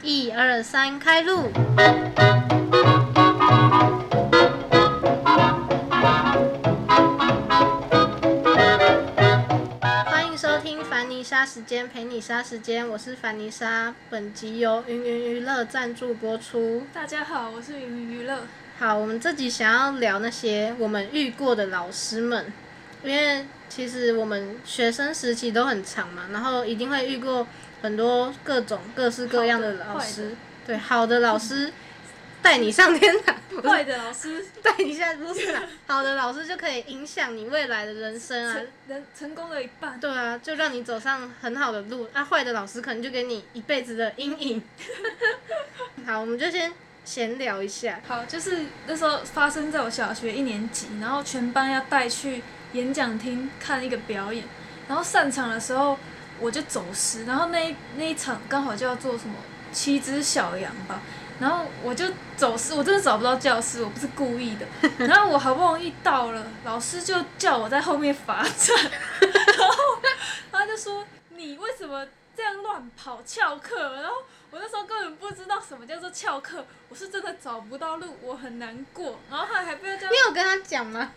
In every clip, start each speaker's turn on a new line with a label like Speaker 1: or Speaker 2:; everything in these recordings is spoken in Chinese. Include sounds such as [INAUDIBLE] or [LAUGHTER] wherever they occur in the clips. Speaker 1: 一二三，开路！欢迎收听凡妮莎时间陪你莎时间，我是凡妮莎。本集由云云娱乐赞助播出。
Speaker 2: 大家好，我是云娱乐。
Speaker 1: 好，我们这集想要聊那些我们遇过的老师们，因为其实我们学生时期都很长嘛，然后一定会遇过很多各种各式各样的老
Speaker 2: 好的
Speaker 1: 师
Speaker 2: 坏的，
Speaker 1: 对，好的老师带你上天堂，不是
Speaker 2: 坏的老师，
Speaker 1: 带你下不是啦，好的老师就可以影响你未来的人生啊
Speaker 2: 成，人成功了一半，
Speaker 1: 对啊，就让你走上很好的路。啊，坏的老师可能就给你一辈子的阴影。 [LAUGHS] 好，我们就先闲聊一下。
Speaker 2: 好，就是那时候发生在我小学一年级，然后全班要带去演讲厅看一个表演，然后散场的时候我就走失，然后那一那一场刚好就要做什么七只小羊吧，然后我就走失，我真的找不到教室，我不是故意的， [LAUGHS] 然后我好不容易到了，老师就叫我在后面罚站， [LAUGHS] 然后他就说你为什么这样乱跑翘课，然后。我那时候根本不知道什么叫做翘课，我是真的找不到路，我很难过。然后后来还被叫
Speaker 1: 你有跟他讲吗？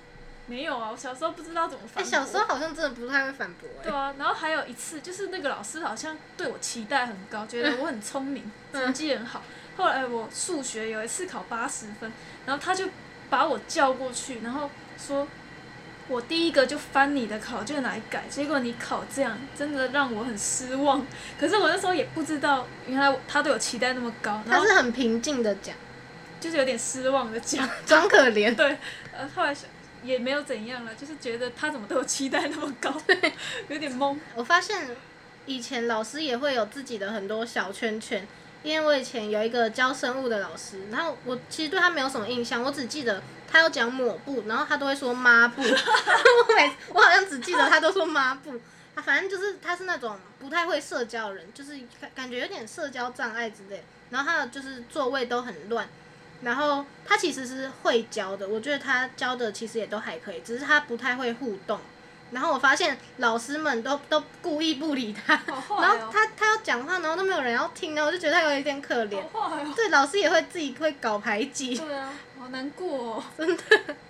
Speaker 2: 没有啊，我小时候不知道怎么
Speaker 1: 哎、
Speaker 2: 反驳。
Speaker 1: 小时候好像真的不太会反驳、
Speaker 2: 对
Speaker 1: 哎，
Speaker 2: 啊，然后还有一次就是那个老师好像对我期待很高，觉得我很聪明，
Speaker 1: 嗯
Speaker 2: 成绩很好。后来我数学有一次考八十分，然后他就把我叫过去，然后说。我第一个就翻你的考卷来改，结果你考这样，真的让我很失望。 [LAUGHS] 可是我那时候也不知道，原来我他对我期待那么高。然
Speaker 1: 他
Speaker 2: 后
Speaker 1: 是很平静的讲，
Speaker 2: 就是有点失望的讲， [LAUGHS]
Speaker 1: 装可怜。 [LAUGHS]
Speaker 2: 呃，后来是也没有怎样了，就是觉得他怎么对我期待那么
Speaker 1: [LAUGHS]
Speaker 2: 高， [LAUGHS] 有点懵。
Speaker 1: 我发现以前老师也会有自己的很多小圈圈，因为我以前有一个教生物的老师，然后我其实对他没有什么印象，我只记得他要讲抹布，然后他都会说抹布， [LAUGHS] 我每我好像只记得他都说抹布。啊，反正就是他是那种不太会社交的人，就是感感觉有点社交障碍之类。然后他的就是座位都很乱，然后他其实是会教的，我觉得他教的其实也都还可以，只是他不太会互动。然后我发现老师们都都故意不理他，
Speaker 2: 好坏
Speaker 1: 然
Speaker 2: 哦
Speaker 1: 后他他要讲话，然后都没有人要听，然后我就觉得他有一点可怜。
Speaker 2: 好坏哦。
Speaker 1: 对，老师也会自己会搞排挤。
Speaker 2: 对啊，好难过哦。真的？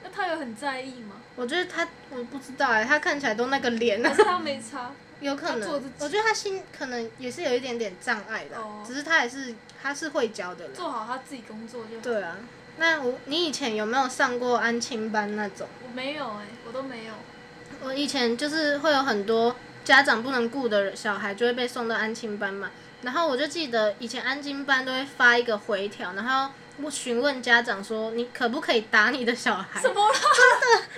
Speaker 2: 那他有很在意吗？
Speaker 1: 我觉得他我不知道哎、他看起来 [LAUGHS] 都那个脸
Speaker 2: 还
Speaker 1: 啊，
Speaker 2: 是他没差？
Speaker 1: 有可
Speaker 2: 他
Speaker 1: 能
Speaker 2: 做自己。
Speaker 1: 我觉得他心可能也是有一点点障碍的，
Speaker 2: 哦
Speaker 1: 只是他也是他是会教的人。
Speaker 2: 做好他自己工作就好。
Speaker 1: 对啊，那我你以前有没有上过安亲班那种？
Speaker 2: 我没有哎、我都没有。
Speaker 1: 我以前就是会有很多家长不能顾的小孩就会被送到安亲班嘛，然后我就记得以前安亲班都会发一个回条，然后我询问家长说你可不可以打你的小孩
Speaker 2: 什，么啦？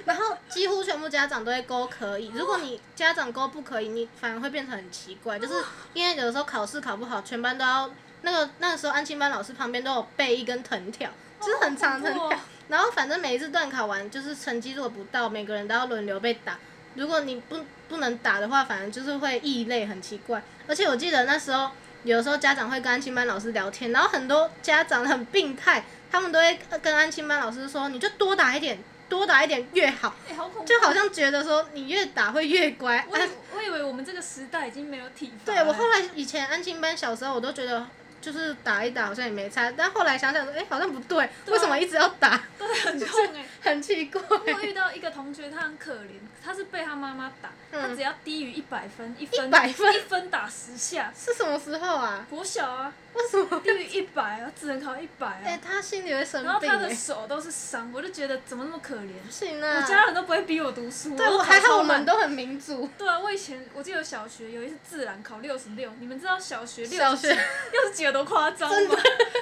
Speaker 1: 然后几乎全部家长都会勾可以，如果你家长勾不可以，你反而会变成很奇怪，就是因为有的时候考试考不好，全班都要那个那个时候安亲班老师旁边都有备一根藤条，就是很长的藤条
Speaker 2: 好恐怖哦，
Speaker 1: 然后反正每一次段考完，就是成绩如果不到，每个人都要轮流被打。如果你不不能打的话，反正就是会异类，很奇怪。而且我记得那时候，有时候家长会跟安亲班老师聊天，然后很多家长很病态，他们都会跟安亲班老师说，你就多打一点，多打一点越好，
Speaker 2: 哎、好恐怖。
Speaker 1: 就好像觉得说你越打会越乖。
Speaker 2: 我
Speaker 1: 啊
Speaker 2: 以我以为我们这个时代已经没有体罚
Speaker 1: 对
Speaker 2: 了
Speaker 1: 我后来以前安亲班小时候，我都觉得就是打一打好像也没差，但后来想想说，哎、好像不对，
Speaker 2: 对啊
Speaker 1: 为什么一直要打？ [LAUGHS]
Speaker 2: 对很痛哎、
Speaker 1: 很奇怪。
Speaker 2: 我遇到一个同学，他很可怜，他是被他妈妈打，他只要低于一百分，一分
Speaker 1: 100分
Speaker 2: 一分打十下，
Speaker 1: 是什么时候啊？
Speaker 2: 国小啊，
Speaker 1: 为什么？
Speaker 2: 低于一百啊， [LAUGHS] 只能考一百
Speaker 1: 哎、
Speaker 2: 啊。
Speaker 1: 他心里会生
Speaker 2: 然后
Speaker 1: 病、
Speaker 2: 他的
Speaker 1: 欸，
Speaker 2: 手都是伤，我就觉得怎么那么可怜。
Speaker 1: 不行啊！
Speaker 2: 我家人都不会逼我读书，
Speaker 1: 对
Speaker 2: 我
Speaker 1: 我
Speaker 2: 都
Speaker 1: 还
Speaker 2: 考
Speaker 1: 好，
Speaker 2: 超
Speaker 1: 我们
Speaker 2: 慢。
Speaker 1: 都很民主。
Speaker 2: 对啊，我以前我记得小学有一次自然考六十六，你们知道小学六
Speaker 1: 小学
Speaker 2: [LAUGHS] 六十几有多夸张
Speaker 1: 真
Speaker 2: 吗？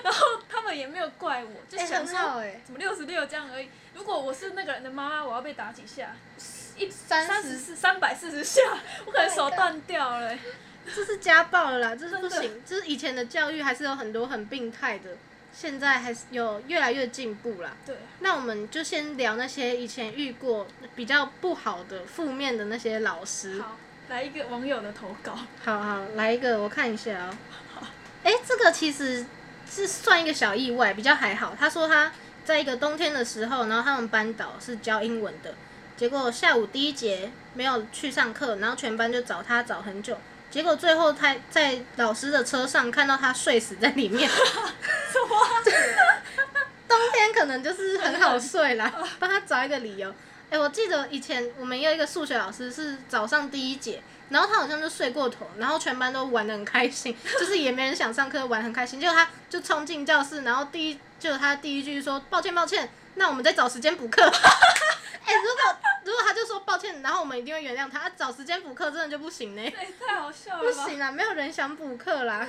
Speaker 2: 然后他们也没有怪我，就
Speaker 1: 哎、
Speaker 2: 想
Speaker 1: 很
Speaker 2: 说、
Speaker 1: 好哎、
Speaker 2: 怎么六十六这样而已。如果我是那个人的妈妈，我要被打几下？一
Speaker 1: 三
Speaker 2: 三
Speaker 1: 十
Speaker 2: 十四三百四十下，我可能
Speaker 1: Oh my
Speaker 2: 手
Speaker 1: God
Speaker 2: 断掉了、欸。
Speaker 1: [LAUGHS] 这是家暴了啦，这是不
Speaker 2: 真的
Speaker 1: 行。就是以前的教育还是有很多很病态的，现在还是有越来越进步啦。
Speaker 2: 对，
Speaker 1: 那我们就先聊那些以前遇过比较不好的、负面的那些老师。
Speaker 2: 好，来一个网友的投
Speaker 1: [LAUGHS]
Speaker 2: 稿。
Speaker 1: 好好，来一个，我看一下哦。哎、这个其实是算一个小意外，比较还好。他说他在一个冬天的时候，然后他们班导是教英文的，结果下午第一节没有去上课，然后全班就找他找很久，结果最后他在老师的车上看到他睡死在里面。[LAUGHS]
Speaker 2: 什么？
Speaker 1: 冬天可能就是很好睡
Speaker 2: [LAUGHS]
Speaker 1: 啦，
Speaker 2: 哦
Speaker 1: 帮他找一个理由。哎、我记得以前我们有一个数学老师是早上第一节，然后他好像就睡过头，然后全班都玩的很开
Speaker 2: [LAUGHS]
Speaker 1: 心，就是也没人想上课，玩得很开心。结果他就冲进教室，然后第一就他第一句说抱歉抱歉，那我们再找时间补课。 [LAUGHS] 哎、如果如果他就说抱歉，然后我们一定会原谅他，啊找时间补课真的就不行呢、
Speaker 2: 这也太好笑
Speaker 1: 不
Speaker 2: 了吧！
Speaker 1: 行啊啦，没有人想补课啦。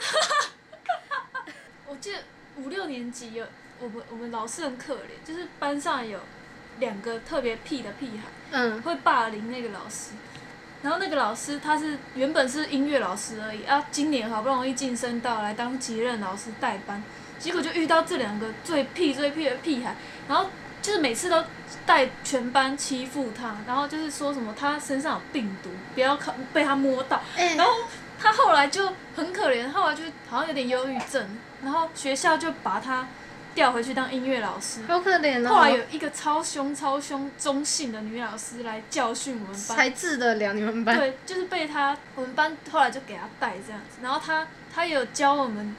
Speaker 2: 我记得五六年级有我们我们老师很可怜，就是班上有两个特别屁的屁孩。
Speaker 1: 嗯
Speaker 2: 会霸凌那个老师。然后那个老师他是原本是音乐老师而已啊，今年好不容易晋升到来当级任老师代班，结果就遇到这两个最屁最屁的屁孩，然后就是每次都带全班欺负他，然后就是说什么他身上有病毒，不要靠被他摸到，
Speaker 1: 哎、
Speaker 2: 然后他后来就很可怜，后来就好像有点忧郁症，然后学校就把他调回去当音乐老师，
Speaker 1: 好可怜哦。
Speaker 2: 后来有一个超凶、超凶、中性的女老师来教训我们班，
Speaker 1: 才治得了你们班。
Speaker 2: 对，就是被她，我们班后来就给她带这样子，然后她她也有教我们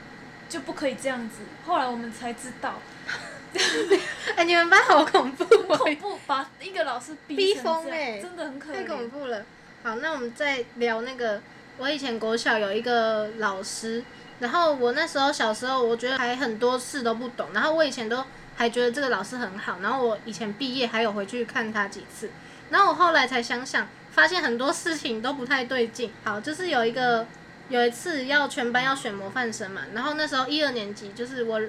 Speaker 2: 就不可以这样子，后来我们才知道，
Speaker 1: [LAUGHS] 哎、你们班好恐怖 [LAUGHS] 哦，
Speaker 2: 恐怖把一个老师
Speaker 1: 逼
Speaker 2: 逼成
Speaker 1: 疯
Speaker 2: 这样，
Speaker 1: 欸
Speaker 2: 真的很可
Speaker 1: 太恐
Speaker 2: 怜。
Speaker 1: 怖了。好，那我们再聊那个，我以前国小有一个老师，然后我那时候小时候，我觉得还很多事都不懂，然后我以前都还觉得这个老师很好，然后我以前毕业还有回去看他几次，然后我后来才想想，发现很多事情都不太对劲。好，就是有一个有一次要全班要选模范生嘛，然后那时候一二年级就是我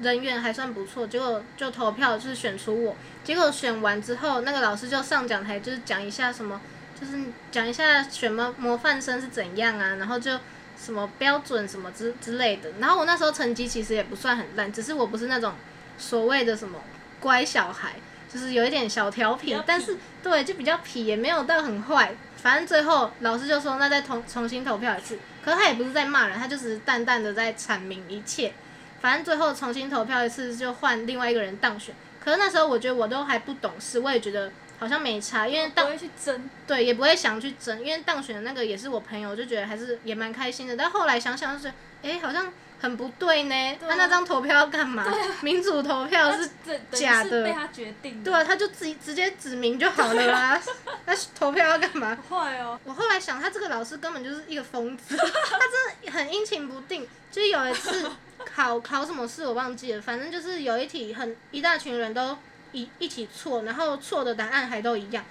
Speaker 1: 人缘还算不错，结果就投票就是选出我，结果选完之后，那个老师就上讲台就是讲一下什么，就是讲一下选模模范生是怎样啊，然后就。什么标准什么之之类的，然后我那时候成绩其实也不算很烂，只是我不是那种所谓的什么乖小孩，就是有一点小调
Speaker 2: 比
Speaker 1: 皮
Speaker 2: 较皮，
Speaker 1: 但是对就比较皮，也没有到很坏。反正最后老师就说那再重重新投票一次，可是他也不是在骂人，他就只是淡淡的在阐明一切。反正最后重新投票一次就换另外一个人当选，可是那时候我觉得我都还不懂事，我也觉得好像没差，因为
Speaker 2: 不
Speaker 1: 当
Speaker 2: 会去争，
Speaker 1: 对，也不会想去争，因为当选的那个也是我朋友，我就觉得还是也蛮开心的。但后来想想就是，哎，好像很不对呢。
Speaker 2: 对
Speaker 1: 他、
Speaker 2: 啊
Speaker 1: 那张投票要干嘛？民主投票
Speaker 2: [LAUGHS] 他
Speaker 1: 是，
Speaker 2: 这等
Speaker 1: 假
Speaker 2: 于
Speaker 1: 的
Speaker 2: 是被他决定
Speaker 1: 对
Speaker 2: 的，
Speaker 1: 啊，他就自己直接指名就好了
Speaker 2: [LAUGHS]
Speaker 1: 啦。那投票要干嘛？
Speaker 2: 好坏哦，
Speaker 1: 我后来想，他这个老师根本就是一个疯子，他真的很阴晴不定。就是有一次考考什么事我忘记了，反正就是有一题很一大群人都一一起错，然后错的答案还都一样。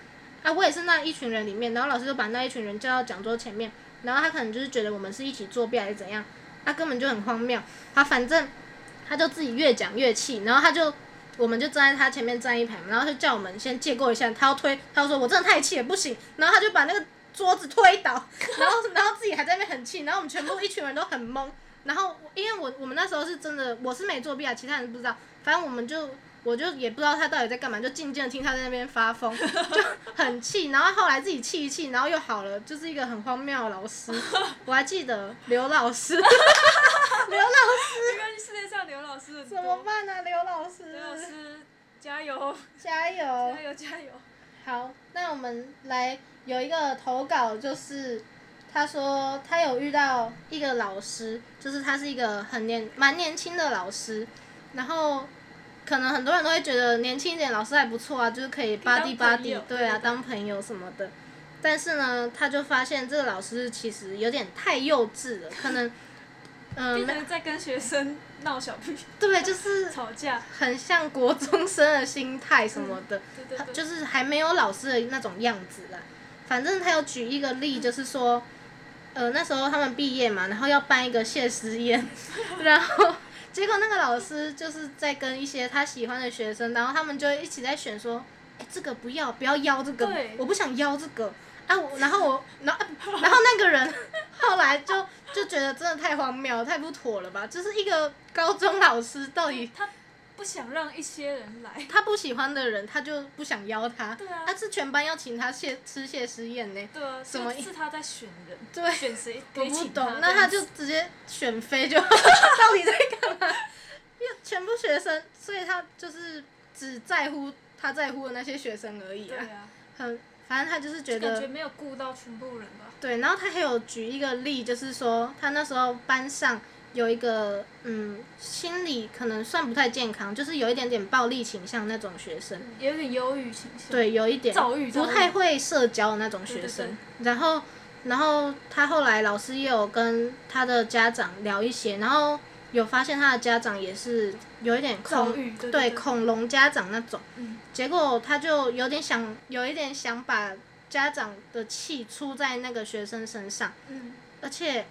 Speaker 1: 啊，我也是那一群人里面，然后老师就把那一群人叫到讲桌前面，然后他可能就是觉得我们是一起作弊还是怎样，他、根本就很荒谬。他、反正他就自己越讲越气，然后他就我们就站在他前面站一排嘛，然后就叫我们先借过一下，他要推，他就说我真的太气了，不行，然后他就把那个桌子推倒， [LAUGHS] 然后然后自己还在那边很气，然后我们全部一群人都很懵，然后我因为我我们那时候是真的，我是没作弊啊，其他人不知道，反正我们就我就也不知道他到底在干嘛，就静静的听他在那边发疯，就很气，然后后来自己气一气，然后又好了，就是一个很荒谬的老师，我还记得刘老
Speaker 2: [LAUGHS]
Speaker 1: 师，刘老师
Speaker 2: 没关系，世界上刘老师很
Speaker 1: 怎么
Speaker 2: 多，
Speaker 1: 办啊？刘老师，
Speaker 2: 刘老师加油，
Speaker 1: 加油
Speaker 2: 加！油，加油！
Speaker 1: 好，那我们来有一个投稿，就是他说他有遇到一个老师，就是他是一个很年蛮年轻的老师，然后可能很多人都会觉得年轻一点老师还不错啊，就是可以
Speaker 2: 可以
Speaker 1: 巴
Speaker 2: 当
Speaker 1: 蒂巴
Speaker 2: 朋
Speaker 1: 蒂
Speaker 2: 友，
Speaker 1: 对啊，
Speaker 2: 对对对
Speaker 1: 当朋友什么的。但是呢，他就发现这个老师其实有点太幼稚了，可能，
Speaker 2: [LAUGHS]
Speaker 1: 嗯、
Speaker 2: 变
Speaker 1: 没
Speaker 2: 成在跟学生闹小屁
Speaker 1: 对，就是
Speaker 2: 吵架，
Speaker 1: 很像国中生的心态什么的。
Speaker 2: 对对
Speaker 1: 他
Speaker 2: 对，
Speaker 1: 就是还没有老师的那种样子啦。反正他有举一个例，就是说，呃，那时候他们毕业嘛，然后要办一个谢师宴， [LAUGHS] 然后结果那个老师就是在跟一些他喜欢的学生，然后他们就一起在选说，哎、这个不要，不要邀这个
Speaker 2: 对，
Speaker 1: 我不想邀这个。啊，我然后我，然后 [LAUGHS] 然后那个人后来就就觉得真的太荒谬了，太不妥了吧？就是一个高中老师，到底
Speaker 2: 他不想让一些人来。
Speaker 1: 他不喜欢的人，他就不想邀他。
Speaker 2: 对啊
Speaker 1: 他、，是全班要请他谢吃谢师宴呢。
Speaker 2: 对啊，
Speaker 1: 什么
Speaker 2: 就是他在选人，
Speaker 1: 对
Speaker 2: 选谁可
Speaker 1: 我
Speaker 2: 以
Speaker 1: 不
Speaker 2: 请
Speaker 1: 懂，
Speaker 2: 这
Speaker 1: 那
Speaker 2: 样
Speaker 1: 他
Speaker 2: 子
Speaker 1: 就直接选妃就好， [LAUGHS] 到底在干嘛？因为全部学生，所以他就是只在乎他在乎的那些学生而已
Speaker 2: 对
Speaker 1: 啊。
Speaker 2: 啊，
Speaker 1: 很反正他就是觉
Speaker 2: 就感
Speaker 1: 得
Speaker 2: 觉没有顾到全部人吧。
Speaker 1: 对，然后他还有举一个例，就是说他那时候班上有一个嗯，心理可能算不太健康，就是有一点点暴力倾向那种学生。
Speaker 2: 有点忧郁倾向。
Speaker 1: 对，有一点
Speaker 2: 躁郁
Speaker 1: 不
Speaker 2: 躁郁
Speaker 1: 太会社交的那种学生。
Speaker 2: 对对
Speaker 1: 然后，然后他后来老师也有跟他的家长聊一些，然后有发现他的家长也是有一点
Speaker 2: 躁
Speaker 1: 恐
Speaker 2: 郁，对
Speaker 1: 对
Speaker 2: 对
Speaker 1: 恐龙家长那种。
Speaker 2: 嗯
Speaker 1: 结果他就有点想，有一点想把家长的气出在那个学生身上，
Speaker 2: 嗯，
Speaker 1: 而且。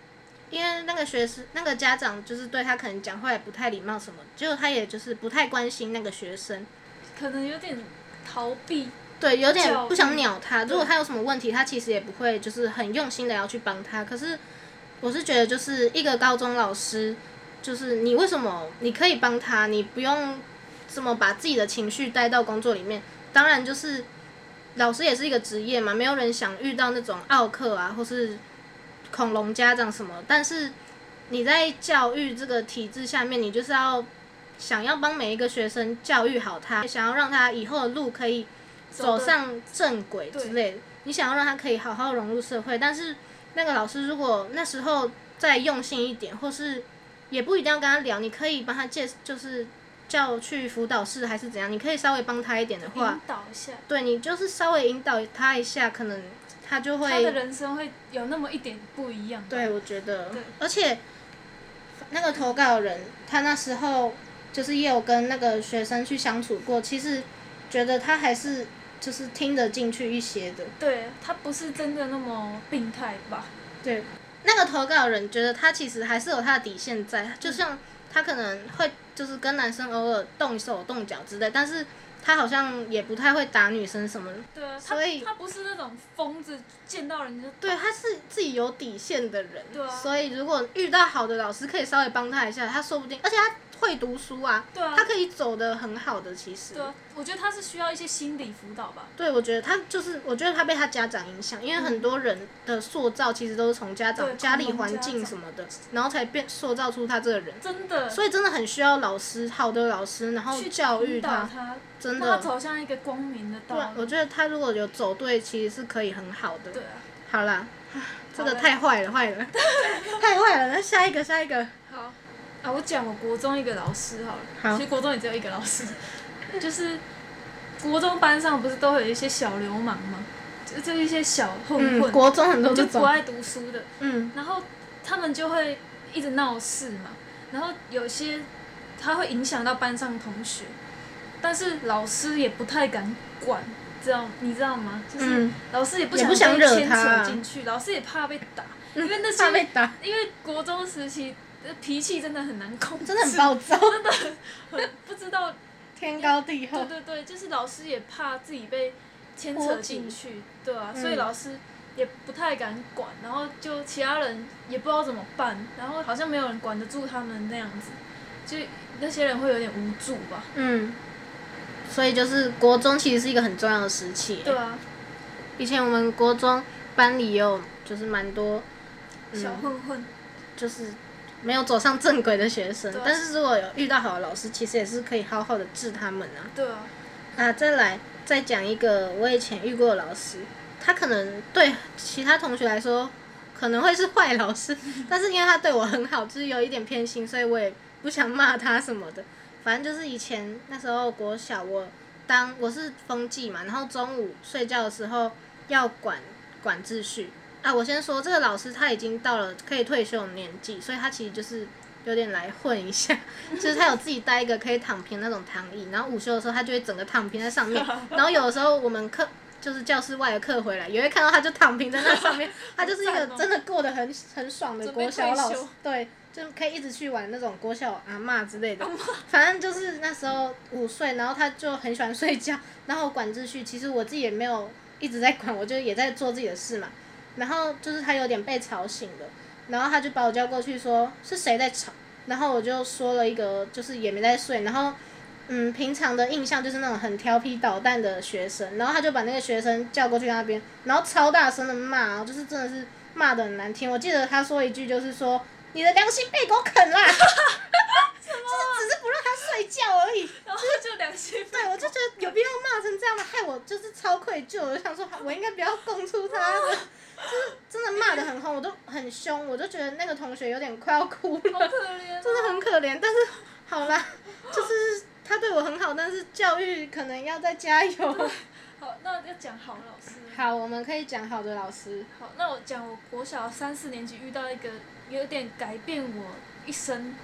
Speaker 1: 因为那个学生，那个家长就是对他可能讲话也不太礼貌什么，结果他也就是不太关心那个学生，
Speaker 2: 可能有点逃避。
Speaker 1: 对，有点
Speaker 2: 教育
Speaker 1: 不想鸟他。
Speaker 2: 对
Speaker 1: 如果他有什么问题，他其实也不会就是很用心的要去帮他。可是我是觉得，就是一个高中老师，就是你为什么你可以帮他，你不用这么把自己的情绪带到工作里面。当然，就是老师也是一个职业嘛，没有人想遇到那种奥克啊，或是恐龙家长什么。但是你在教育这个体制下面，你就是要想要帮每一个学生教育好他，想要让他以后的路可以走
Speaker 2: 走得
Speaker 1: 上正轨之类的。你想要让他可以好好融入社会，但是那个老师如果那时候再用心一点，或是也不一定要跟他聊，你可以帮他介，就是叫去辅导室还是怎样，你可以稍微帮他一点的话
Speaker 2: 引，导一下，
Speaker 1: 对你就是稍微引导他一下，可能他就会
Speaker 2: 他的人生会有那么一点不一样。
Speaker 1: 对，我觉得
Speaker 2: 对，
Speaker 1: 而且那个投稿人，他那时候就是也有跟那个学生去相处过，其实觉得他还是就是听得进去一些的。
Speaker 2: 对啊他不是真的那么病态吧？
Speaker 1: 对，那个投稿人觉得他其实还是有他的底线在，
Speaker 2: 嗯
Speaker 1: 就像他可能会就是跟男生偶尔动手动脚之类，但是他好像也不太会打女生什么的。
Speaker 2: 对啊，他
Speaker 1: 所以
Speaker 2: 他不是那种疯子，见到人就
Speaker 1: 对，他是自己有底线的人，
Speaker 2: 对啊
Speaker 1: 所以如果遇到好的老师，可以稍微帮他一下，他说不定，而且他会读书啊，
Speaker 2: 对啊
Speaker 1: 他可以走得很好的。其实，
Speaker 2: 对啊，我觉得他是需要一些心理辅导吧。
Speaker 1: 对我觉得他就是，我觉得他被他家长影响，因为很多人的塑造其实都是从家长、
Speaker 2: 对
Speaker 1: 家里
Speaker 2: 从
Speaker 1: 环
Speaker 2: 家
Speaker 1: 境
Speaker 2: 长
Speaker 1: 什么的，然后才变塑造出他这个人。
Speaker 2: 真的，
Speaker 1: 所以真的很需要老师，好的老师，然后
Speaker 2: 去
Speaker 1: 教育
Speaker 2: 引导
Speaker 1: 他，
Speaker 2: 他，
Speaker 1: 真
Speaker 2: 让他
Speaker 1: 的。
Speaker 2: 走向一个光明的
Speaker 1: 对
Speaker 2: 道，
Speaker 1: 我
Speaker 2: 路。
Speaker 1: 觉得他如果有走对，其实是可以很好的。
Speaker 2: 对啊，
Speaker 1: 好啦，这个
Speaker 2: 好嘞
Speaker 1: 太坏了，坏了， [LAUGHS] 太坏了。那下一个，下一个，
Speaker 2: 好啊，我讲我国中一个老师好了，
Speaker 1: 好
Speaker 2: 其实国中也只有一个老师，就是国中班上不是都会有一些小流氓嘛，就就一些小混
Speaker 1: 嗯，
Speaker 2: 混，
Speaker 1: 国中很多这
Speaker 2: 就不
Speaker 1: 种，
Speaker 2: 爱读书的，
Speaker 1: 嗯，
Speaker 2: 然后他们就会一直闹事嘛，然后有些他会影响到班上同学，但是老师也不太敢管，知道你知道吗？就是
Speaker 1: 嗯
Speaker 2: 老师也不
Speaker 1: 也
Speaker 2: 想
Speaker 1: 不想
Speaker 2: 被
Speaker 1: 惹
Speaker 2: 牵
Speaker 1: 他啊
Speaker 2: 扯进去，老师也怕被打，因为那
Speaker 1: 怕
Speaker 2: 些
Speaker 1: 被打，
Speaker 2: 因为国中时期的脾气真的很难控制，
Speaker 1: 真的很暴躁，
Speaker 2: 很不知道，
Speaker 1: [LAUGHS] 天高地
Speaker 2: 对
Speaker 1: 厚。
Speaker 2: 对对，就是老师也怕自己被牵扯进去，对啊，
Speaker 1: 嗯
Speaker 2: 所以老师也不太敢管，然后就其他人也不知道怎么办，然后好像没有人管得住他们那样子，就那些人会有点无助吧，
Speaker 1: 嗯，所以就是国中其实是一个很重要的时期。
Speaker 2: 对啊，
Speaker 1: 以前我们国中班里也有就是蛮多，嗯
Speaker 2: 小混混，
Speaker 1: 就是没有走上正轨的学生
Speaker 2: 对，啊
Speaker 1: 但是如果有遇到好的老师，其实也是可以好好的治他们啊。
Speaker 2: 对啊，
Speaker 1: 啊，再来再讲一个我以前遇过的老师，他可能对其他同学来说可能会是坏老师， [LAUGHS] 但是因为他对我很好，就是有一点偏心，所以我也不想骂他什么的。反正就是以前那时候国小我当我是风纪嘛，然后中午睡觉的时候要管管秩序啊。我先说这个老师他已经到了可以退休的年纪，所以他其实就是有点来混一下， [LAUGHS] 就是他有自己带一个可以躺平那种躺椅，然后午休的时候他就会整个躺平在上面，然后有的时候我们课。就是教室外的课回来，也会看到他就躺平在那上面，他
Speaker 2: [LAUGHS]
Speaker 1: 就是一个
Speaker 2: 好赞哦
Speaker 1: 真的过得很很爽的
Speaker 2: 准备
Speaker 1: 国小老
Speaker 2: 退
Speaker 1: 师
Speaker 2: 休，
Speaker 1: 对，就是可以一直去玩那种国小阿嬷之类的，反正就是那时候午睡，然后他就很喜欢睡觉，然后管秩序。其实我自己也没有一直在管，我就也在做自己的事嘛。然后就是他有点被吵醒了，然后他就把我叫过去说是谁在吵，然后我就说了一个就是也没在睡，然后嗯平常的印象就是那种很调皮捣蛋的学生，然后他就把那个学生叫过去那边，然后超大声的骂，然后就是真的是骂的很难听。我记得他说一句就是说你的良心被狗啃啦， [LAUGHS] 就是只是不让他睡觉而已。
Speaker 2: 然后就良心，
Speaker 1: 对，我就觉得有必要骂成这样吗？害我就是超愧疚的，我想说我应该不要供出他的， [LAUGHS] 就是真的骂的很凶，我都很凶，我就觉得那个同学有点快要哭了，
Speaker 2: 好可怜、哦，
Speaker 1: 真的很可怜。但是好啦， [LAUGHS] 就是他对我很好，但是教育可能要再加油。 [LAUGHS]
Speaker 2: 好，那要讲好老师。
Speaker 1: 好，我们可以讲好的老师。
Speaker 2: 好，那我讲我国小三四年级遇到一个有点改变我一生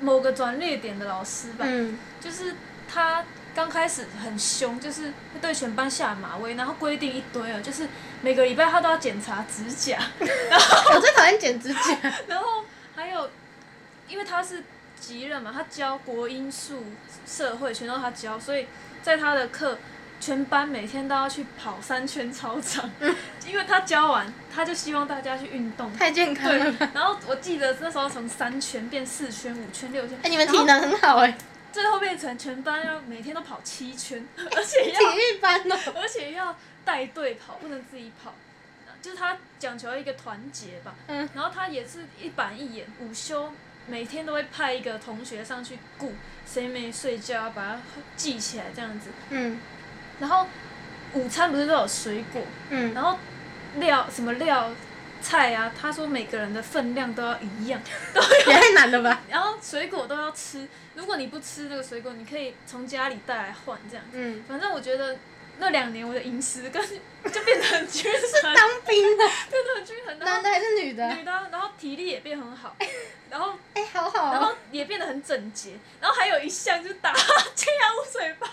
Speaker 2: 某个转捩点的老师吧，
Speaker 1: 嗯
Speaker 2: 就是他刚开始很凶，就是会对全班下马威，然后规定一堆哦，就是每个礼拜他都要检查指甲，
Speaker 1: 我最讨厌剪指甲。
Speaker 2: 然后还有，因为他是级任嘛，他教国英数、社会全都他教，所以在他的课，全班每天都要去跑三圈操场，因为他教完，他就希望大家去运动。
Speaker 1: 太健康了吧。
Speaker 2: [LAUGHS] 对，然后我记得那时候从三圈变四圈、五圈、六圈，
Speaker 1: 哎、你们
Speaker 2: 然后
Speaker 1: 体能很好哎、
Speaker 2: 最后变成全班要每天都跑
Speaker 1: [LAUGHS]
Speaker 2: 七圈，而且要
Speaker 1: 体育班哦、
Speaker 2: 而且要带队跑，不能自己跑。就是他讲求一个团结吧，
Speaker 1: 嗯
Speaker 2: 然后他也是一板一眼，午休每天都会派一个同学上去顾谁没睡觉，啊把它记起来这样子。
Speaker 1: 嗯
Speaker 2: 然后午餐不是都有水果，
Speaker 1: 嗯，
Speaker 2: 然后料什么料菜啊，他说每个人的分量都要一样，
Speaker 1: 也太难了吧。
Speaker 2: 然后水果都要吃。如果你不吃这个水果，你可以从家里带来换这样子。
Speaker 1: 嗯，
Speaker 2: 反正我觉得那两年我的饮食跟就变得很均
Speaker 1: [LAUGHS]
Speaker 2: 衡，
Speaker 1: 当兵的，嗯
Speaker 2: 变得很均衡，然
Speaker 1: 男
Speaker 2: 后
Speaker 1: 的还是女的？
Speaker 2: 女的啊，然后体力也变很好，然后
Speaker 1: 哎、好好、
Speaker 2: 然
Speaker 1: 哦。
Speaker 2: 后也变得很整洁，然后还有一项就是打哈欠要捂嘴巴，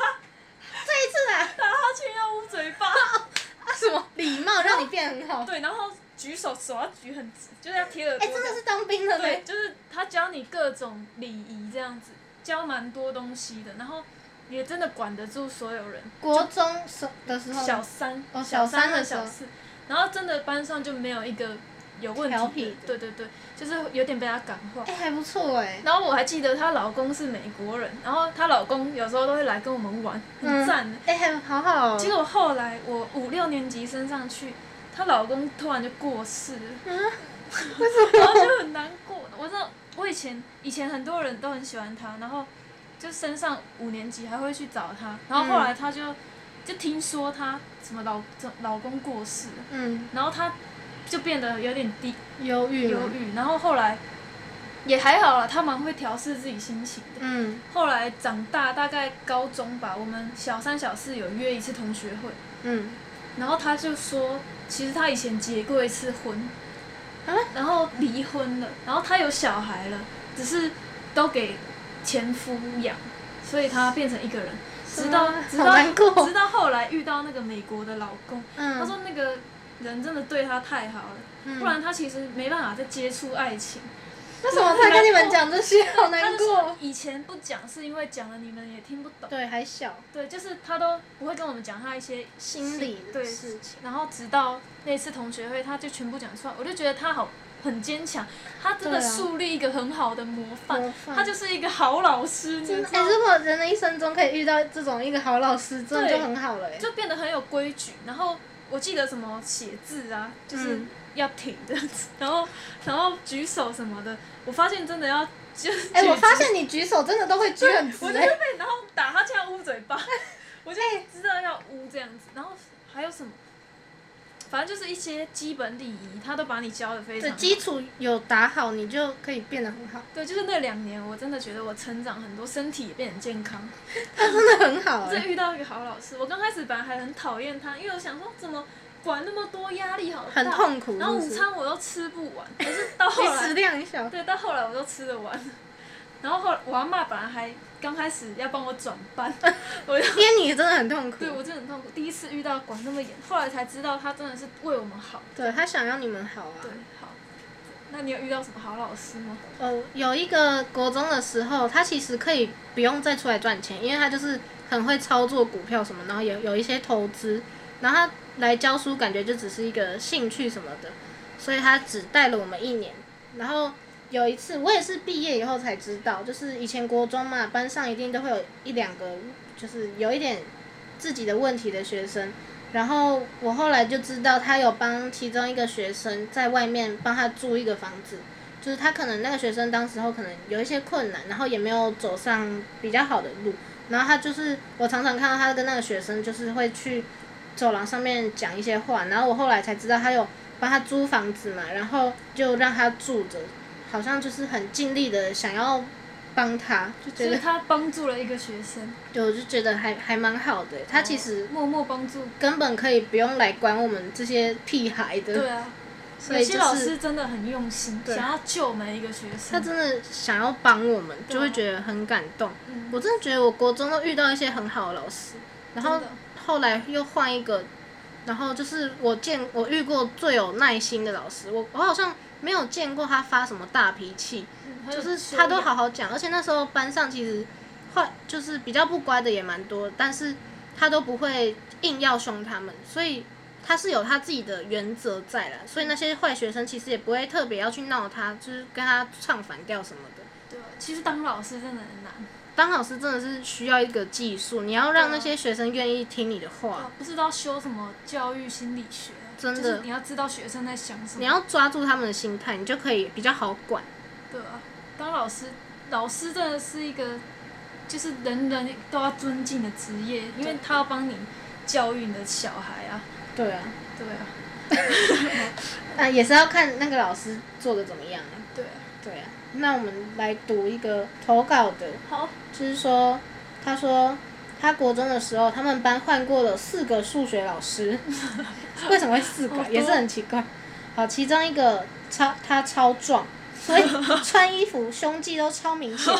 Speaker 1: 这一次啊，
Speaker 2: 打哈欠要捂嘴巴，
Speaker 1: 啊 [LAUGHS] 什么礼貌让你变很好？
Speaker 2: 对，然后举手手要举很直，就是要贴耳
Speaker 1: 哎、真
Speaker 2: 朵这
Speaker 1: 的
Speaker 2: 样，
Speaker 1: 是当兵的
Speaker 2: 对，
Speaker 1: 嘞。
Speaker 2: 就是他教你各种礼仪这样子，教蛮多东西的，然后也真的管得住所有人，
Speaker 1: 国中时的时候，
Speaker 2: 小三，
Speaker 1: 哦
Speaker 2: 小
Speaker 1: 小三
Speaker 2: 和
Speaker 1: 的时候
Speaker 2: 小四，然后真的班上就没有一个有问题
Speaker 1: 调皮的
Speaker 2: 对对对，就是有点被他感化
Speaker 1: 哎、。还不错哎、
Speaker 2: 然后我还记得她老公是美国人，然后她老公有时候都会来跟我们玩，很赞的。
Speaker 1: 哎、还好好、
Speaker 2: 结
Speaker 1: 哦。
Speaker 2: 果后来我五六年级升上去，她老公突然就过世了， [LAUGHS] 然后就很难过。我知道我以前以前很多人都很喜欢她，然后就升上五年级还会去找她，然后后来她就、就听说她什么老老公过世了，
Speaker 1: 嗯，
Speaker 2: 然后她就变得有点低
Speaker 1: 忧郁
Speaker 2: 忧
Speaker 1: 了。
Speaker 2: 郁，然后后来也还好了，她蛮会调试自己心情的。
Speaker 1: 嗯
Speaker 2: 后来长大，大概高中吧，我们小三小四有约一次同学会，
Speaker 1: 嗯，
Speaker 2: 然后他就说，其实他以前结过一次婚，
Speaker 1: 啊
Speaker 2: 然后离婚了，然后他有小孩了，只是都给前夫养，所以他变成一个人。直到
Speaker 1: 啊
Speaker 2: 直
Speaker 1: 好难
Speaker 2: 到
Speaker 1: 过
Speaker 2: 直到后来遇到那个美国的老公，
Speaker 1: 嗯
Speaker 2: 他说那个人真的对他太好了，不然他其实没办法再接触爱情。
Speaker 1: 为什么他跟你们讲这些？好
Speaker 2: 他
Speaker 1: 难
Speaker 2: 就说
Speaker 1: 过。
Speaker 2: 以前不讲是因为讲了你们也听不懂。
Speaker 1: 对，还小，
Speaker 2: 对，就是他都不会跟我们讲他一些
Speaker 1: 心理的
Speaker 2: 对
Speaker 1: 事情
Speaker 2: 然后直到那次同学会，他就全部讲出来，我就觉得他好很坚强，他真的
Speaker 1: 对啊
Speaker 2: 树立一个很好的模范，
Speaker 1: 模范
Speaker 2: 他就是一个好老师，你知
Speaker 1: 真的。哎、
Speaker 2: 道吗？
Speaker 1: 如果人的一生中可以遇到这种一个好老师，真的
Speaker 2: 对
Speaker 1: 就很好了、哎。
Speaker 2: 就变得很有规矩。然后我记得什么写字啊，就是
Speaker 1: 嗯
Speaker 2: 要挺这样子， [LAUGHS] 然后然后举手什么的，我发现真的要就是
Speaker 1: 哎、我
Speaker 2: 举
Speaker 1: 发
Speaker 2: 直
Speaker 1: 现你举手真的都会举很直、
Speaker 2: 我就
Speaker 1: 哎
Speaker 2: 会被，然后打他这样捂嘴巴，我就知道要捂这样子。然后还有什么？反正就是一些基本礼仪，他都把你教的非常
Speaker 1: 对，
Speaker 2: 好。
Speaker 1: 基础有打好，你就可以变得很好，
Speaker 2: 对，就是那两年，我真的觉得我成长很多，身体也变得很健康。
Speaker 1: 他真的很好、
Speaker 2: 这
Speaker 1: 哎
Speaker 2: 遇到一个好老师，我刚开始本来还很讨厌他，因为我想说怎么管那么多，压力好大，
Speaker 1: 很痛苦
Speaker 2: 然后
Speaker 1: 是
Speaker 2: 午
Speaker 1: 不是
Speaker 2: 餐我都吃不完，可是到后
Speaker 1: [LAUGHS] 你
Speaker 2: 来
Speaker 1: 食量很小，
Speaker 2: 对，到后来我都吃得完。然后后来我阿妈本来还刚开始要帮我转
Speaker 1: [LAUGHS]
Speaker 2: 班，我就
Speaker 1: 因为你真的很痛苦。
Speaker 2: 对我真的很痛苦，第一次遇到管那么严，后来才知道他真的是为我们好。
Speaker 1: 对他想要你们好啊。
Speaker 2: 对，好。那你有遇到什么好老师吗？
Speaker 1: 哦，有一个国中的时候，他其实可以不用再出来赚钱，因为他就是很会操作股票什么，然后有有一些投资，然后他来教书，感觉就只是一个兴趣什么的，所以他只带了我们一年。然后有一次，我也是毕业以后才知道，就是以前国中嘛，班上一定都会有一两个，就是有一点自己的问题的学生。然后我后来就知道，他有帮其中一个学生在外面帮他租一个房子，就是他可能那个学生当时候可能有一些困难，然后也没有走上比较好的路，然后他就是我常常看到他跟那个学生就是会去走廊上面讲一些话，然后我后来才知道他有帮他租房子嘛，然后就让他住着，好像就是很尽力的想要帮他，就
Speaker 2: 就
Speaker 1: 觉
Speaker 2: 是
Speaker 1: 得
Speaker 2: 他帮助了一个学生，
Speaker 1: 对，我就觉得还还蛮好的。他其实
Speaker 2: 默默帮助。
Speaker 1: 根本可以不用来管我们这些屁孩的，
Speaker 2: 对啊，
Speaker 1: 所
Speaker 2: 有
Speaker 1: 以
Speaker 2: 些
Speaker 1: 就
Speaker 2: 老
Speaker 1: 是
Speaker 2: 师真的很用心，
Speaker 1: 对
Speaker 2: 想要救每一个学
Speaker 1: 他
Speaker 2: 生。
Speaker 1: 真的想要帮我们，就会觉得很感动。
Speaker 2: 嗯
Speaker 1: 我真的觉得我国中都遇到一些很好的老师，然后
Speaker 2: 真的
Speaker 1: 后来又换一个，然后就是我见我遇过最有耐心的老师，我我好像没有见过他发什么大脾气，
Speaker 2: 嗯很
Speaker 1: 就
Speaker 2: 有
Speaker 1: 是
Speaker 2: 修
Speaker 1: 他都
Speaker 2: 养
Speaker 1: 好好讲，而且那时候班上其实坏就是比较不乖的也蛮多，但是他都不会硬要凶他们，所以他是有他自己的原则在啦，所以那些坏学生其实也不会特别要去闹他，就是跟他唱反调什么的。
Speaker 2: 对啊，其实当老师真的很难，
Speaker 1: 当老师真的是需要一个技术，你要让
Speaker 2: 对啊
Speaker 1: 那些学生愿意听你的话，
Speaker 2: 不知道修什么教育心理学啊，
Speaker 1: 真的
Speaker 2: 就是你要知道学生在想什么。
Speaker 1: 你要抓住他们的心态，你就可以比较好管。
Speaker 2: 对啊，当老师，老师真的是一个，就是人人都要尊敬的职业，因为他要帮你教育你的小孩啊。
Speaker 1: 对啊，[LAUGHS]
Speaker 2: 对啊，
Speaker 1: 那啊也是要看那个老师做的怎么样啊。
Speaker 2: 对啊。
Speaker 1: 对啊，那我们来读一个投稿的，
Speaker 2: 好，
Speaker 1: 就是说，他说他国中的时候，他们班换过了四个数学老
Speaker 2: [LAUGHS]
Speaker 1: 师，为什么会四
Speaker 2: 好
Speaker 1: 个？
Speaker 2: 多
Speaker 1: 也是很奇怪。好，其中一个超他超壮，所以穿衣服胸肌都超明
Speaker 2: [LAUGHS]
Speaker 1: 显。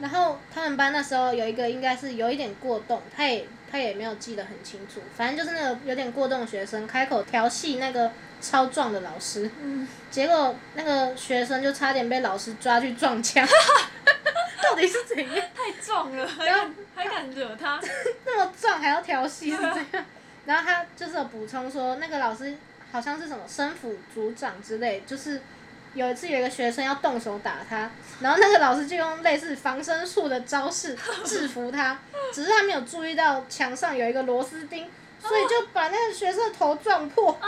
Speaker 1: 然后他们班那时候有一个应该是有一点过动，他也他也没有记得很清楚，反正就是那个有点过动的学生开口调戏那个超壮的老师，
Speaker 2: 嗯，
Speaker 1: 结果那个学生就差点被老师抓去撞
Speaker 2: [LAUGHS]
Speaker 1: 墙，到底是怎样？
Speaker 2: 太壮了，还敢还敢惹他？
Speaker 1: 那么壮还要调戏是这样？然后他就是有补充说，那个老师好像是什么生辅组长之类，就是有一次有一个学生要动手打他，然后那个老师就用类似防身术的招式 [LAUGHS] 制服他，只是他没有注意到墙上有一个螺丝钉。所以就把那个学生的头撞破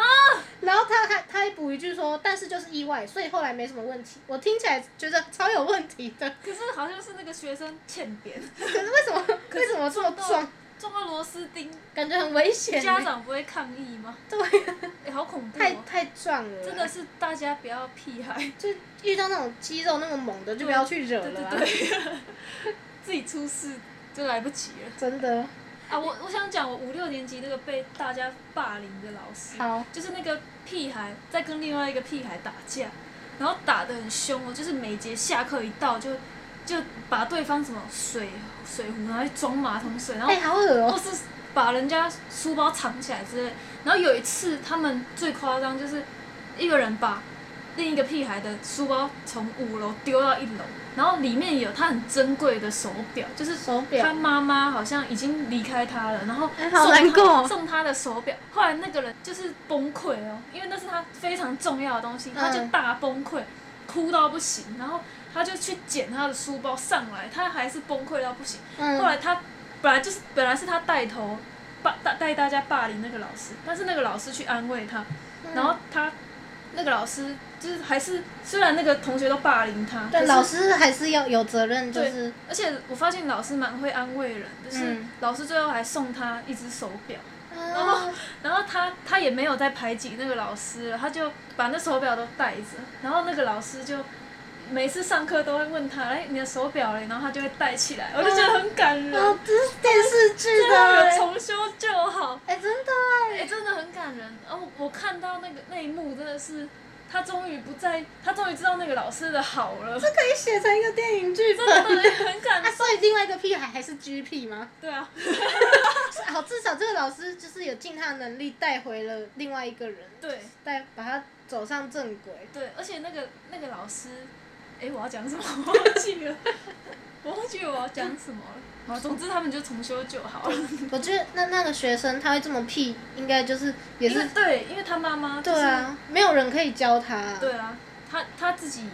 Speaker 1: 然后他还他还补一句说，但是就是意外，所以后来没什么问题。我听起来觉得超有问题的，
Speaker 2: 可是好像是那个学生欠扁，
Speaker 1: 可是为什么为什么这么
Speaker 2: 撞
Speaker 1: 壮？
Speaker 2: 撞到螺丝钉，
Speaker 1: 感觉很危险欸。
Speaker 2: 家长不会抗议吗？
Speaker 1: 对啊
Speaker 2: 哎、好恐怖、
Speaker 1: 太
Speaker 2: 哦！
Speaker 1: 太壮了，
Speaker 2: 真的是大家不要
Speaker 1: [LAUGHS]
Speaker 2: 屁孩，
Speaker 1: 就遇到那种肌肉那么猛的，就不要去惹
Speaker 2: 对
Speaker 1: 了、啊。
Speaker 2: 对对， [LAUGHS] 自己出事就来不及了。
Speaker 1: 真的
Speaker 2: 啊，我我想讲，我五六年级那个被大家霸凌的老师，
Speaker 1: 好，
Speaker 2: 就是那个屁孩在跟另外一个屁孩打架，然后打得很凶哦，就是每节下课一到就就把对方什么水水壶拿去装马桶水，然后
Speaker 1: 哎、好恶哦、
Speaker 2: 或是把人家书包藏起来之类。然后有一次他们最夸张就是一个人把另一个屁孩的书包从五楼丢到一楼，然后里面有他很珍贵的手表，就是
Speaker 1: 手
Speaker 2: 他
Speaker 1: 表，
Speaker 2: 妈妈好像已经离开他了，然后
Speaker 1: 哎 [LAUGHS] 好
Speaker 2: 送
Speaker 1: 难
Speaker 2: 他
Speaker 1: 过哦
Speaker 2: 送他的手表。后来那个人就是崩溃哦，因为那是他非常重要的东西，他就
Speaker 1: 嗯
Speaker 2: 大崩溃，哭到不行，然后他就去捡他的书包上来，他还是崩溃到不行。后
Speaker 1: 嗯，
Speaker 2: 来他本来就是本来是他带头霸带带大家霸凌那个老师，但是那个老师去安慰他，
Speaker 1: 嗯
Speaker 2: 然后他那个老师就是还是虽然那个同学都霸凌他，可
Speaker 1: 对
Speaker 2: 是
Speaker 1: 嗯老师还是要有责任，就
Speaker 2: 对
Speaker 1: 是
Speaker 2: 而且我发现老师蛮会安慰人，就是
Speaker 1: 嗯啊
Speaker 2: 老师最后还送他一只手表，
Speaker 1: 然
Speaker 2: 后然后他他也没有再排挤那个老师了，他就把那手表都带着，然后那个老师就。每次上课都会问他，哎，你的手表嘞？然后他就会戴起来，我就觉得很感人。
Speaker 1: 哦，这是电视剧
Speaker 2: 真
Speaker 1: 的
Speaker 2: 的
Speaker 1: 哎、
Speaker 2: 重修就好，
Speaker 1: 哎真的
Speaker 2: 哎、真的很感人。哦，我看到那个那一幕，真的是他终于不再，他终于知道那个老师的好了， [LAUGHS]
Speaker 1: 这可以写成一个电影剧
Speaker 2: 真
Speaker 1: 本。
Speaker 2: 的很感
Speaker 1: 啊，所以另外一个屁孩还是 GP 吗？
Speaker 2: 对啊，
Speaker 1: 是好，至少这个老师就是有尽他的能力带回了另外一个人，
Speaker 2: 对
Speaker 1: 带把他走上正轨。
Speaker 2: 对，而且那个那个老师，哎、我要讲什么？ [LAUGHS] 我忘记了，我忘记了我要讲什么了。好，总之他们就重修就好了。
Speaker 1: 我觉得那那个学生他会这么屁，应该就是也
Speaker 2: 因
Speaker 1: 是
Speaker 2: 为对，因为他妈妈、就是、
Speaker 1: 对，啊，没有人可以教他、啊。
Speaker 2: 对啊，他他自己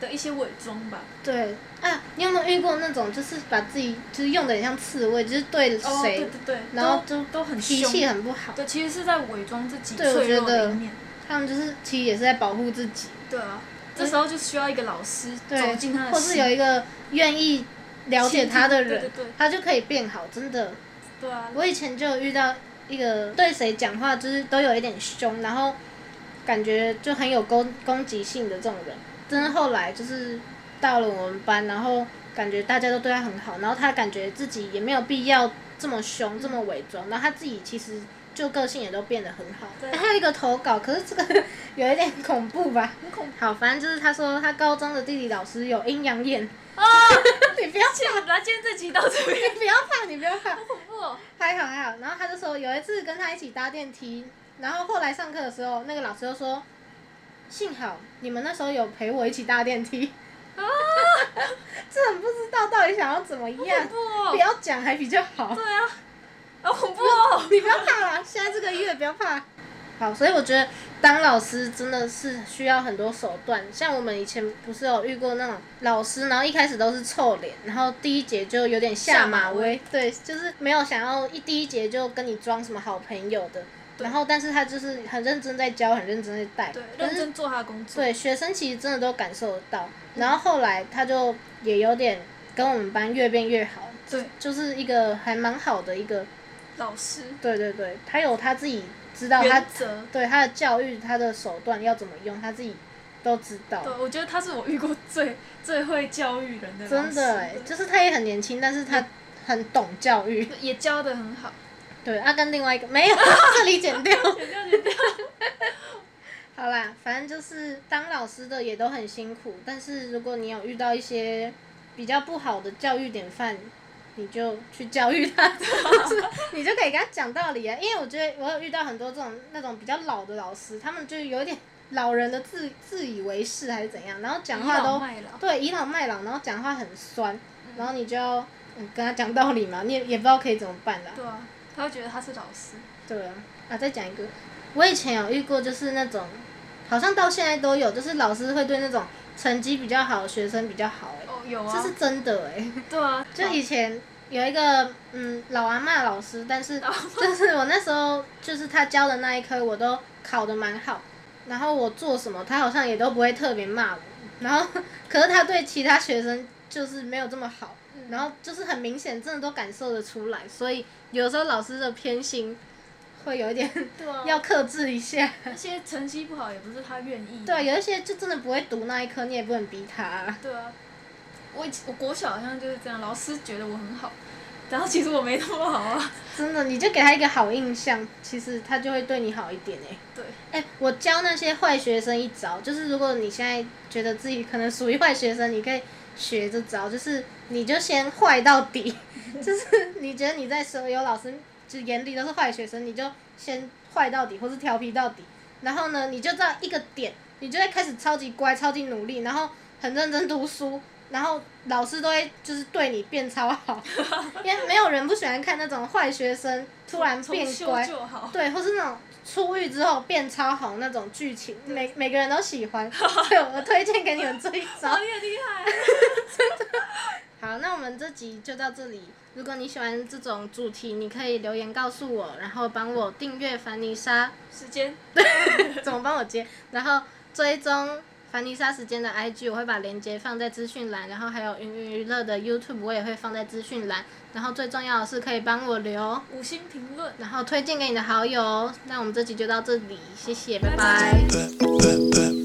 Speaker 2: 的一些伪装吧，
Speaker 1: 对啊，你有没有遇过那种就是把自己就是用的很像刺猬，就是对
Speaker 2: 哦，对
Speaker 1: 谁、
Speaker 2: 对对，
Speaker 1: 然后
Speaker 2: 都都很
Speaker 1: 脾
Speaker 2: 凶。
Speaker 1: 气很不好，
Speaker 2: 对，其实是在伪装自己
Speaker 1: 对我
Speaker 2: 脆弱
Speaker 1: 觉得
Speaker 2: 的一面。
Speaker 1: 他们就是其实也是在保护自己，
Speaker 2: 对啊，这时候就需要一个老师
Speaker 1: 对
Speaker 2: 走进他的心，
Speaker 1: 或是有一个愿意了解他的
Speaker 2: 对
Speaker 1: 人，
Speaker 2: 对对
Speaker 1: 他就可以变好。真的，
Speaker 2: 对啊，
Speaker 1: 我以前就有遇到一个对谁讲话就是都有一点凶，然后感觉就很有攻攻击性的这种人。真的后来就是到了我们班，然后感觉大家都对他很好，然后他感觉自己也没有必要这么凶、这么伪装，然后他自己其实就个性也都变得很好。
Speaker 2: 对
Speaker 1: 还有一个投稿，可是这个 [LAUGHS] 有一点恐怖吧？
Speaker 2: 很恐怖。
Speaker 1: 好，反正就是他说他高中的地理老师有阴阳眼， [LAUGHS]
Speaker 2: 啊，
Speaker 1: 你不要
Speaker 2: 谢谢来，今天这集到这边，
Speaker 1: [LAUGHS] 你不要怕，你不要怕。
Speaker 2: 好恐怖哦。
Speaker 1: 还好还好。然后他就说有一次跟他一起搭电梯，然后后来上课的时候，那个老师就说，幸好你们那时候有陪我一起搭电梯，
Speaker 2: 啊，
Speaker 1: 这很不知道到底想要怎么
Speaker 2: 好恐
Speaker 1: 样，
Speaker 2: 怖哦
Speaker 1: 不。要讲还比较好。
Speaker 2: 对啊，好恐怖哦。
Speaker 1: 你不要怕啦，现在这个月不要怕。好，所以我觉得当老师真的是需要很多手段。像我们以前不是有遇过那种老师，然后一开始都是臭脸，然后第一节就有点下马威，对，就是没有想要一第一节就跟你装什么好朋友的。
Speaker 2: 对
Speaker 1: 然后，但是他就是很认真在教，很认真在带。
Speaker 2: 对，
Speaker 1: 可
Speaker 2: 认
Speaker 1: 是
Speaker 2: 真嗯做他的工作。
Speaker 1: 对，学生其实真的都感受得到。然后后来他就也有点跟我们班越变越好，
Speaker 2: 对，
Speaker 1: 就是一个还蛮好的一个
Speaker 2: 老师
Speaker 1: 对对对，他有他自己知道他
Speaker 2: 原则。
Speaker 1: 对他的教育、他的手段要怎么用，他自己都知道
Speaker 2: 对，。我觉得他是我遇过最最会教育人的老
Speaker 1: 真
Speaker 2: 师，
Speaker 1: 的哎、就是他也很年轻，但是他很懂教育。
Speaker 2: 对也教的很好。
Speaker 1: 对，他、跟另外一个 [LAUGHS] 没有，这里剪掉。
Speaker 2: 剪掉剪掉。
Speaker 1: 好啦，反正就是当老师的也都很辛苦，但是如果你有遇到一些比较不好的教育典范，你就去教育他， [LAUGHS] 就是你就可以跟他讲道理啊。因为我觉得我有遇到很多这种那种比较老的老师，他们就有一点老人的自自以为是还是怎样，然后讲话
Speaker 2: 倚老
Speaker 1: 都
Speaker 2: 卖老。
Speaker 1: 对倚老卖老，然后讲话很酸，然后你就要嗯跟他讲道理嘛，你也也不知道可以怎么办啦、
Speaker 2: 对啊，他会觉得他是老师。
Speaker 1: 对啊，啊，再讲一个，我以前有遇过，就是那种，好像到现在都有，就是老师会对那种成绩比较好的学生比较好、欸，
Speaker 2: 哦，有
Speaker 1: 这
Speaker 2: 啊
Speaker 1: 是，真的哎、
Speaker 2: 对啊，
Speaker 1: 就以前有一个嗯老阿嬷老师， [LAUGHS] 但是就是我那时候就是他教的那一科我都考得蛮好，然后我做什么他好像也都不会特别骂我，然后可是他对其他学生就是没有这么好，然后就是很明显真的都感受得出来，所以有时候老师的偏心会有一点
Speaker 2: 对啊，
Speaker 1: [LAUGHS] 要克制一下。
Speaker 2: 那些成绩不好也不是他愿意。
Speaker 1: 对，有一些就真的不会读那一科，你也不能逼他啊、
Speaker 2: 对啊，我以前我国小好像就是这样，老师觉得我很好，然后其实我没那么好啊。
Speaker 1: 真的你就给他一个好印象，其实他就会对你好一点哎、
Speaker 2: 对，
Speaker 1: 哎、我教那些坏学生一招，就是如果你现在觉得自己可能属于坏学生，你可以学这招，就是你就先坏到底， [LAUGHS] 就是你觉得你在所有老师就眼里都是坏学生，你就先坏到底，或是调皮到底，然后呢，你就到一个点，你就会开始超级乖、超级努力，然后很认真读书，然后老师都会就是对你变超好，
Speaker 2: [LAUGHS]
Speaker 1: 因为没有人不喜欢看那种坏学生突然
Speaker 2: 从
Speaker 1: 变
Speaker 2: 修
Speaker 1: 乖，
Speaker 2: 就好。
Speaker 1: 对，或是那种出狱之后变超红那种剧情，每每个人都喜欢，所以我推荐给你们这一招
Speaker 2: [LAUGHS] 哦，。你很厉害。
Speaker 1: 好，那我们这集就到这里。如果你喜欢这种主题，你可以留言告诉我，然后帮我订阅凡妮莎，
Speaker 2: 时间，
Speaker 1: 怎么帮我接？然后追踪凡妮莎时间的 IG，我会把链接放在资讯栏，然后还有云云娱乐的 YouTube 我也会放在资讯栏。然后最重要的是可以帮我留，
Speaker 2: 五星评论，
Speaker 1: 然后推荐给你的好友哦。那我们这集就到这里，谢谢，拜
Speaker 2: 拜
Speaker 1: 拜
Speaker 2: 拜。
Speaker 3: pep, pep, pep,